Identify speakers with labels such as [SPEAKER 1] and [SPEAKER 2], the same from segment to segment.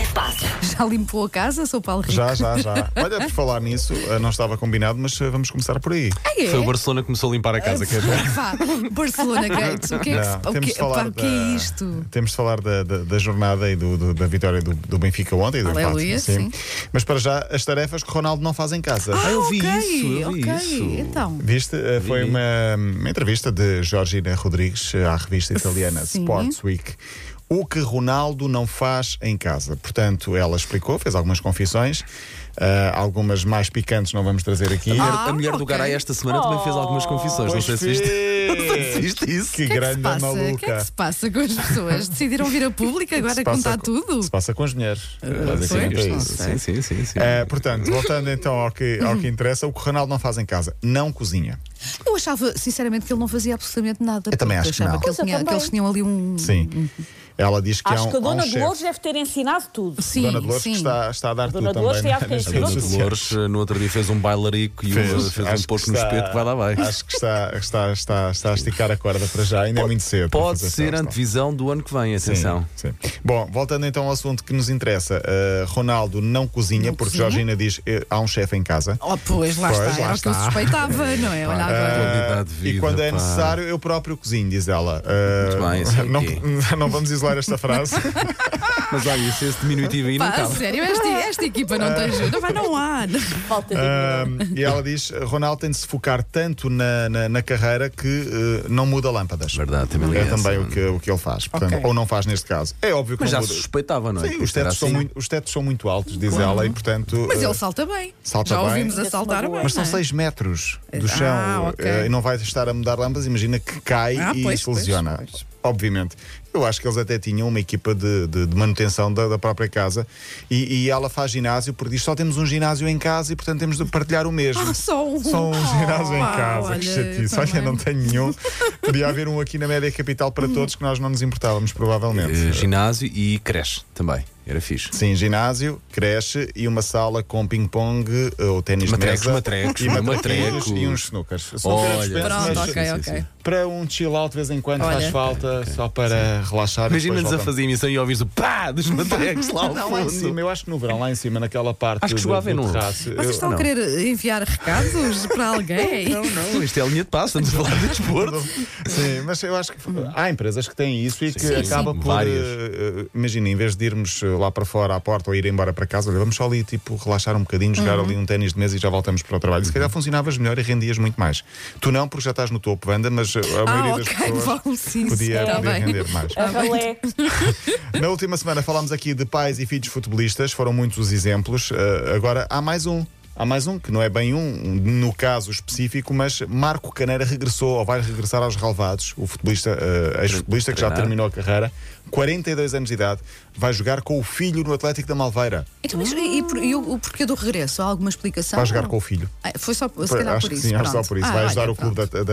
[SPEAKER 1] espaço.
[SPEAKER 2] Já Tá limpou a casa, sou Paulo Rico?
[SPEAKER 3] Já, já, já. Olha, por falar nisso, eh, não estava combinado, mas eh, vamos começar por aí.
[SPEAKER 2] Ah, é?
[SPEAKER 4] Foi o Barcelona que começou a limpar a casa. que é bom.
[SPEAKER 2] Pá, Barcelona Gates, o que é que, se-
[SPEAKER 3] Não,
[SPEAKER 2] o que, pá, o que é isto?
[SPEAKER 3] Temos de falar da, da- da jornada e do, do- da vitória do, do Benfica ontem. e Do empate,
[SPEAKER 2] Aleluia, sim.
[SPEAKER 3] Mas para já, as tarefas que Ronaldo não faz em casa.
[SPEAKER 4] Ah, eu vi
[SPEAKER 2] ok,
[SPEAKER 4] isso, eu vi
[SPEAKER 2] ok,
[SPEAKER 4] isso.
[SPEAKER 2] então.
[SPEAKER 3] Viste? Eh, Foi uma, uma entrevista de Georgina Rodrigues eh, à revista italiana
[SPEAKER 2] Sim.
[SPEAKER 3] Sports Week. O que Ronaldo não faz em casa. Portanto, ela explicou, fez algumas confissões, ah, algumas mais picantes não vamos trazer aqui.
[SPEAKER 4] A mulher-
[SPEAKER 2] Ah,
[SPEAKER 4] a mulher
[SPEAKER 2] ok.
[SPEAKER 4] do Garay esta semana também fez algumas confissões.
[SPEAKER 3] Pois
[SPEAKER 4] não sei se viste.
[SPEAKER 3] fez.
[SPEAKER 4] Viste isso?
[SPEAKER 3] Que
[SPEAKER 2] O que é que
[SPEAKER 3] grande
[SPEAKER 2] se passa? O que é
[SPEAKER 3] maluca. é
[SPEAKER 2] que se passa com as pessoas? Decidiram vir a público agora
[SPEAKER 3] Se
[SPEAKER 2] a contar
[SPEAKER 3] com-
[SPEAKER 2] tudo? Ah,
[SPEAKER 3] Se passa com as mulheres.
[SPEAKER 4] assim
[SPEAKER 3] Basicamente
[SPEAKER 2] pois,
[SPEAKER 3] é
[SPEAKER 2] não
[SPEAKER 3] isso.
[SPEAKER 2] sei.
[SPEAKER 4] Sim, sim, sim. sim.
[SPEAKER 3] Ah, portanto, voltando então ao que, ao que interessa, o que o Ronaldo não faz em casa, não cozinha.
[SPEAKER 2] Eu achava, sinceramente, que ele não fazia absolutamente nada. porque
[SPEAKER 3] também acho que
[SPEAKER 2] achava
[SPEAKER 3] não.
[SPEAKER 2] que, ele
[SPEAKER 5] Mas eu
[SPEAKER 2] tinha- que
[SPEAKER 5] também.
[SPEAKER 2] eles tinham ali um.
[SPEAKER 3] Sim. Ela diz que há
[SPEAKER 5] Acho
[SPEAKER 3] um,
[SPEAKER 5] que a
[SPEAKER 3] há um
[SPEAKER 5] Dona
[SPEAKER 3] chefe.
[SPEAKER 5] Dolores
[SPEAKER 4] é
[SPEAKER 5] deve ter ensinado tudo.
[SPEAKER 2] Sim,
[SPEAKER 3] Dona Dolores
[SPEAKER 2] sim.
[SPEAKER 3] que está, está a dar
[SPEAKER 5] Dona
[SPEAKER 3] tudo
[SPEAKER 5] Dolores
[SPEAKER 3] também.
[SPEAKER 5] tem
[SPEAKER 3] nas
[SPEAKER 5] algo que
[SPEAKER 3] redes
[SPEAKER 4] é A Dona
[SPEAKER 5] Sim.
[SPEAKER 3] sociais.
[SPEAKER 4] Dolores eh, no outro dia fez um bailarico e uma- fez,
[SPEAKER 3] acho
[SPEAKER 4] um
[SPEAKER 3] que
[SPEAKER 4] pouco no
[SPEAKER 3] está-
[SPEAKER 4] espeto que vai lá vai.
[SPEAKER 3] Acho que está, está, está, está a esticar a corda para já, ainda é muito cedo. para
[SPEAKER 4] Pode
[SPEAKER 3] fazer essa
[SPEAKER 4] ser
[SPEAKER 3] questão.
[SPEAKER 4] antevisão do ano que vem,
[SPEAKER 3] Sim,
[SPEAKER 4] atenção.
[SPEAKER 3] sim. Bom, voltando então ao assunto que nos interessa, ah, Ronaldo não cozinha,
[SPEAKER 2] Não
[SPEAKER 3] porque
[SPEAKER 2] cozinha?
[SPEAKER 3] Georgina diz eh, há um chefe em casa.
[SPEAKER 2] Oh, pois, lá
[SPEAKER 3] Pois,
[SPEAKER 2] está.
[SPEAKER 3] lá
[SPEAKER 2] Era o que eu
[SPEAKER 3] está. Ah, então.
[SPEAKER 2] suspeitava, não é? Olha agora.
[SPEAKER 4] Ah, Qualidade de
[SPEAKER 3] e
[SPEAKER 4] vida,
[SPEAKER 3] quando é
[SPEAKER 4] pá.
[SPEAKER 3] necessário, eu próprio cozinho, diz ela. Ah,
[SPEAKER 4] Muito bem, isso é
[SPEAKER 3] não, não vamos isolar esta frase.
[SPEAKER 4] Mas olha, isso, esse diminutivo aí não
[SPEAKER 2] Pá, a
[SPEAKER 4] cabe.
[SPEAKER 2] sério, esta, esta equipa não tem jeito. Não vai, não há.
[SPEAKER 5] Falta de
[SPEAKER 3] Ah,
[SPEAKER 5] dignidade.
[SPEAKER 3] e ela diz: Ronaldo tem de se focar tanto na, na, na carreira que eh, não muda lâmpadas.
[SPEAKER 4] Verdade, também
[SPEAKER 3] É
[SPEAKER 4] ligação.
[SPEAKER 3] também o que, o que ele faz. portanto,
[SPEAKER 2] Ok.
[SPEAKER 3] Ou não faz neste caso. É óbvio que
[SPEAKER 4] Mas
[SPEAKER 3] não
[SPEAKER 4] já se
[SPEAKER 3] muda.
[SPEAKER 4] suspeitava, não é?
[SPEAKER 3] Sim,
[SPEAKER 4] Que
[SPEAKER 3] os
[SPEAKER 4] era
[SPEAKER 3] tetos, são
[SPEAKER 4] assim.
[SPEAKER 3] muito, os tetos são muito altos, diz ela, e portanto.
[SPEAKER 2] Mas
[SPEAKER 3] eh,
[SPEAKER 2] ele salta bem.
[SPEAKER 3] Salta
[SPEAKER 2] Já
[SPEAKER 3] bem.
[SPEAKER 2] ouvimos a
[SPEAKER 5] Esse
[SPEAKER 2] saltar
[SPEAKER 5] magoa.
[SPEAKER 2] bem.
[SPEAKER 3] mas são
[SPEAKER 2] não é?
[SPEAKER 3] 6 metros do
[SPEAKER 2] Ah,
[SPEAKER 3] chão
[SPEAKER 2] ok.
[SPEAKER 3] eh, e não vai estar a mudar lâmpadas. Imagina que cai
[SPEAKER 2] Ah,
[SPEAKER 3] e
[SPEAKER 2] pois,
[SPEAKER 3] se
[SPEAKER 2] pois,
[SPEAKER 3] lesiona.
[SPEAKER 2] pois.
[SPEAKER 3] Obviamente. Eu acho que eles até tinham uma equipa de, de- de manutenção da, da própria casa e, e ela faz ginásio porque diz só temos um ginásio em casa e portanto temos de partilhar o mesmo.
[SPEAKER 2] Ah, só um.
[SPEAKER 3] Só um ginásio em
[SPEAKER 2] pá,
[SPEAKER 3] casa,
[SPEAKER 2] olha,
[SPEAKER 3] que chatice.
[SPEAKER 2] também.
[SPEAKER 3] Olha, não tenho nenhum. Podia haver um aqui na média capital para todos que nós não nos importávamos, provavelmente.
[SPEAKER 4] Eh, Ginásio e creche também. Era fixe.
[SPEAKER 3] Sim, ginásio, creche e uma sala com ping-pong eh, ou ténis de
[SPEAKER 4] Matrecos,
[SPEAKER 3] mesa.
[SPEAKER 4] matrecos,
[SPEAKER 3] e matrecos.
[SPEAKER 4] matrecos.
[SPEAKER 3] E uns snookers. Snooker é
[SPEAKER 4] Olha,
[SPEAKER 3] dispenso,
[SPEAKER 2] Pronto,
[SPEAKER 3] mas
[SPEAKER 4] sim,
[SPEAKER 2] ok,
[SPEAKER 4] sim,
[SPEAKER 2] ok.
[SPEAKER 4] sim.
[SPEAKER 3] Para um chill-out de vez em quando
[SPEAKER 2] Olha.
[SPEAKER 3] faz falta, só para relaxar. e depois
[SPEAKER 4] Imagina-nos a
[SPEAKER 3] voltamos.
[SPEAKER 4] fazer emissão e ouvires o pá dos matrecos lá ao
[SPEAKER 3] Não, lá em
[SPEAKER 4] fundo.
[SPEAKER 3] cima, eu acho que no verão, lá em cima, naquela parte
[SPEAKER 4] Acho que
[SPEAKER 3] do,
[SPEAKER 4] chegou a haver
[SPEAKER 3] do
[SPEAKER 4] num.
[SPEAKER 3] terraço. eu-
[SPEAKER 2] Vocês estão a
[SPEAKER 4] Não.
[SPEAKER 2] querer enviar recados para alguém?
[SPEAKER 4] Não, não, isto é a linha de passo, estamos a falar de desporto.
[SPEAKER 3] Sim, mas eu acho que há empresas que têm isso e que
[SPEAKER 4] sim.
[SPEAKER 3] acaba por.
[SPEAKER 4] Várias.
[SPEAKER 3] eh, eh, Imagina, em vez de irmos eh, lá para fora à porta ou ir embora para casa, olha, vamos só ali tipo relaxar um bocadinho, jogar
[SPEAKER 4] Uhum.
[SPEAKER 3] ali um ténis de mesa e já voltamos para o trabalho. Se calhar funcionavas melhor e rendias muito mais. Tu não, porque já estás no topo, Wanda, mas eh, a
[SPEAKER 2] Ah,
[SPEAKER 3] maioria das
[SPEAKER 2] ok,
[SPEAKER 3] pessoas.
[SPEAKER 2] bom, sim,
[SPEAKER 3] Podia,
[SPEAKER 2] sim, tá
[SPEAKER 3] podia
[SPEAKER 2] bem.
[SPEAKER 3] render mais.
[SPEAKER 5] A ralé.
[SPEAKER 3] Na última semana falámos aqui de pais e filhos futebolistas, foram muitos os exemplos. Eh, agora há mais um. Há mais um, que não é bem um, um no caso específico, mas Marco Caneira regressou ou vai regressar aos Ralvados, o futebolista, eh, ex-futebolista que já
[SPEAKER 4] Treinar.
[SPEAKER 3] terminou a carreira, 42 anos de idade, vai jogar com o filho no Atlético da Malveira.
[SPEAKER 2] Então, mas e, e por- e o, o porquê do regresso? Há alguma explicação?
[SPEAKER 3] Vai jogar com o filho.
[SPEAKER 2] Ah, Foi só Tá se calhar
[SPEAKER 3] acho
[SPEAKER 2] por
[SPEAKER 3] que
[SPEAKER 2] isso.
[SPEAKER 3] sim, acho que só
[SPEAKER 2] pronto.
[SPEAKER 3] por isso.
[SPEAKER 2] Ah,
[SPEAKER 3] vai ajudar
[SPEAKER 2] olha,
[SPEAKER 3] o clube da,
[SPEAKER 2] pronto.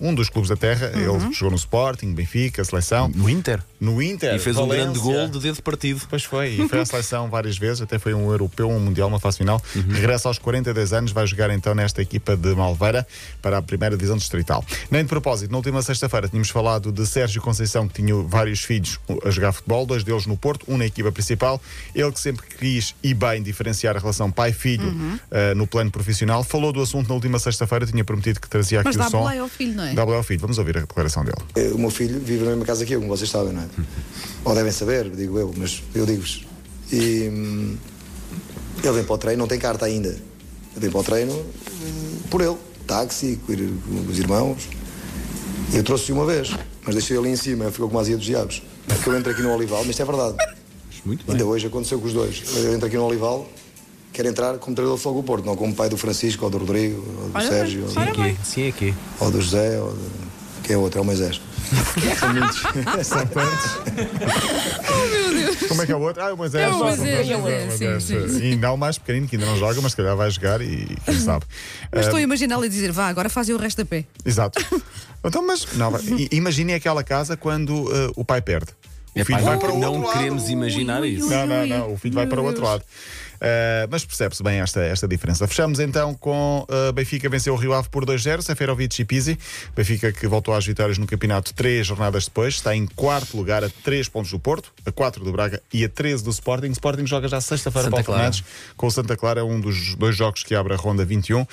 [SPEAKER 2] Uhum.
[SPEAKER 3] da- um dos clubes da terra. Ele jogou no Sporting, Benfica, seleção.
[SPEAKER 4] No Inter.
[SPEAKER 3] No Inter.
[SPEAKER 4] E fez
[SPEAKER 3] Valência.
[SPEAKER 4] um grande gol de dedo partido.
[SPEAKER 3] Pois foi, e foi à seleção várias vezes, até foi um europeu, um mundial, uma fase final.
[SPEAKER 2] Uhum.
[SPEAKER 3] Regressa aos 42 anos, vai jogar então nesta equipa de Malveira para a primeira divisão distrital. Nem de propósito, na última sexta-feira tínhamos falado de Sérgio Conceição, que tinha vários filhos a jogar futebol, dois deles no Porto, um na equipa principal. Ele que sempre quis e bem diferenciar a relação pai-filho
[SPEAKER 2] Uhum.
[SPEAKER 3] eh, no plano profissional, falou do assunto na última sexta-feira, tinha prometido que trazia
[SPEAKER 2] Mas
[SPEAKER 3] aqui
[SPEAKER 2] dá
[SPEAKER 3] o som.
[SPEAKER 2] boleia ao filho, não é?
[SPEAKER 3] Dá boleia ao filho, vamos ouvir a declaração dele.
[SPEAKER 6] Eh, O meu filho vive na mesma casa que eu, como vocês sabem, não é? Ou devem saber, digo eu, mas eu digo-vos. E hum, ele vem para o treino, não tem carta ainda. Ele vem para o treino hum, por ele, táxi, com ir- com os irmãos. E eu trouxe-o uma vez, mas deixei ele em cima, ficou com azia dos diabos. Porque eu entro aqui no Olival, mas isto é verdade.
[SPEAKER 4] Muito bem.
[SPEAKER 6] Ainda hoje aconteceu com os dois. Eu entro aqui no Olival, quero entrar como treinador de Fogo do Porto, não como pai do Francisco, ou do Rodrigo, ou do
[SPEAKER 2] Olha bem,
[SPEAKER 6] Sérgio, ou do-
[SPEAKER 2] olha bem.
[SPEAKER 4] Sim, é que é.
[SPEAKER 6] ou do José, ou de... que é outro, é o Moisés. São muitos.
[SPEAKER 3] Como é que é o outro? Ah, o Moisés.
[SPEAKER 2] É o
[SPEAKER 3] Nossa,
[SPEAKER 2] Moisés,
[SPEAKER 3] o
[SPEAKER 2] Moisés, sim,
[SPEAKER 3] Moisés.
[SPEAKER 2] sim,
[SPEAKER 3] é E ainda há o mais pequenino que ainda não joga, mas se calhar vai jogar e quem sabe.
[SPEAKER 2] Mas
[SPEAKER 3] Ah,
[SPEAKER 2] estou a imaginá-lo e dizer, vá, agora fazem o resto a pé.
[SPEAKER 3] Exato. Então, mas não, vai- i- imaginem aquela casa quando ah, o pai perde. O filho
[SPEAKER 4] Epá,
[SPEAKER 3] vai
[SPEAKER 4] não-
[SPEAKER 3] para o outro
[SPEAKER 4] Não
[SPEAKER 3] lado.
[SPEAKER 4] queremos imaginar
[SPEAKER 2] Ui, ui,
[SPEAKER 4] isso.
[SPEAKER 2] ui.
[SPEAKER 3] Não, não, não, o filho vai
[SPEAKER 2] Meu
[SPEAKER 3] para o outro
[SPEAKER 2] Deus.
[SPEAKER 3] lado. Uh, mas percebe-se bem esta, esta diferença. Fechamos então com uh, Benfica venceu o Rio Ave por 2-0, Seferovic e Pizzi. Benfica que voltou às vitórias no campeonato três jornadas depois, está em quarto lugar a 3 pontos do Porto, a 4 do Braga e a 13 do Sporting. Sporting joga já sexta-feira
[SPEAKER 4] Santa
[SPEAKER 3] Paulo
[SPEAKER 4] Clara.
[SPEAKER 3] Fernandes com o Santa Clara, um dos dois jogos que abre a ronda 21.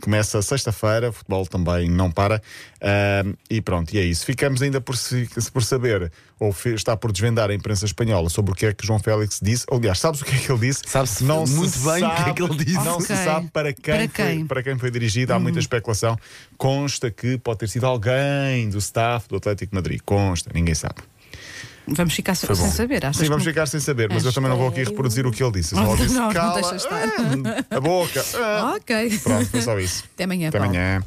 [SPEAKER 3] Começa sexta-feira, futebol também não para. Ahm, e pronto, e é isso. Ficamos ainda por, si- por saber, ou fe- está por desvendar a imprensa espanhola sobre o que é que João Félix disse. Aliás, sabes o que é que ele disse?
[SPEAKER 4] Sabe-se muito bem o que é que ele disse.
[SPEAKER 3] Não se
[SPEAKER 2] Ok.
[SPEAKER 3] sabe para quem,
[SPEAKER 2] Para
[SPEAKER 3] Foi,
[SPEAKER 2] quem? Hum.
[SPEAKER 3] para quem foi dirigido. Há muita especulação. Consta que pode ter sido alguém do staff do Atlético de Madrid. Consta, ninguém sabe.
[SPEAKER 2] Vamos ficar sem sem saber, achas?
[SPEAKER 3] Sim, vamos
[SPEAKER 2] que-
[SPEAKER 3] ficar sem saber, mas eu
[SPEAKER 2] Acho
[SPEAKER 3] também não vou aqui reproduzir o que ele disse. Eu só
[SPEAKER 2] Não,
[SPEAKER 3] disse,
[SPEAKER 2] não, não
[SPEAKER 3] "Cala,
[SPEAKER 2] deixa estar."
[SPEAKER 3] ah, a boca. ah."
[SPEAKER 2] Ok.
[SPEAKER 3] Pronto, foi só isso.
[SPEAKER 2] Até amanhã,
[SPEAKER 3] Até
[SPEAKER 2] Paulo.
[SPEAKER 3] amanhã.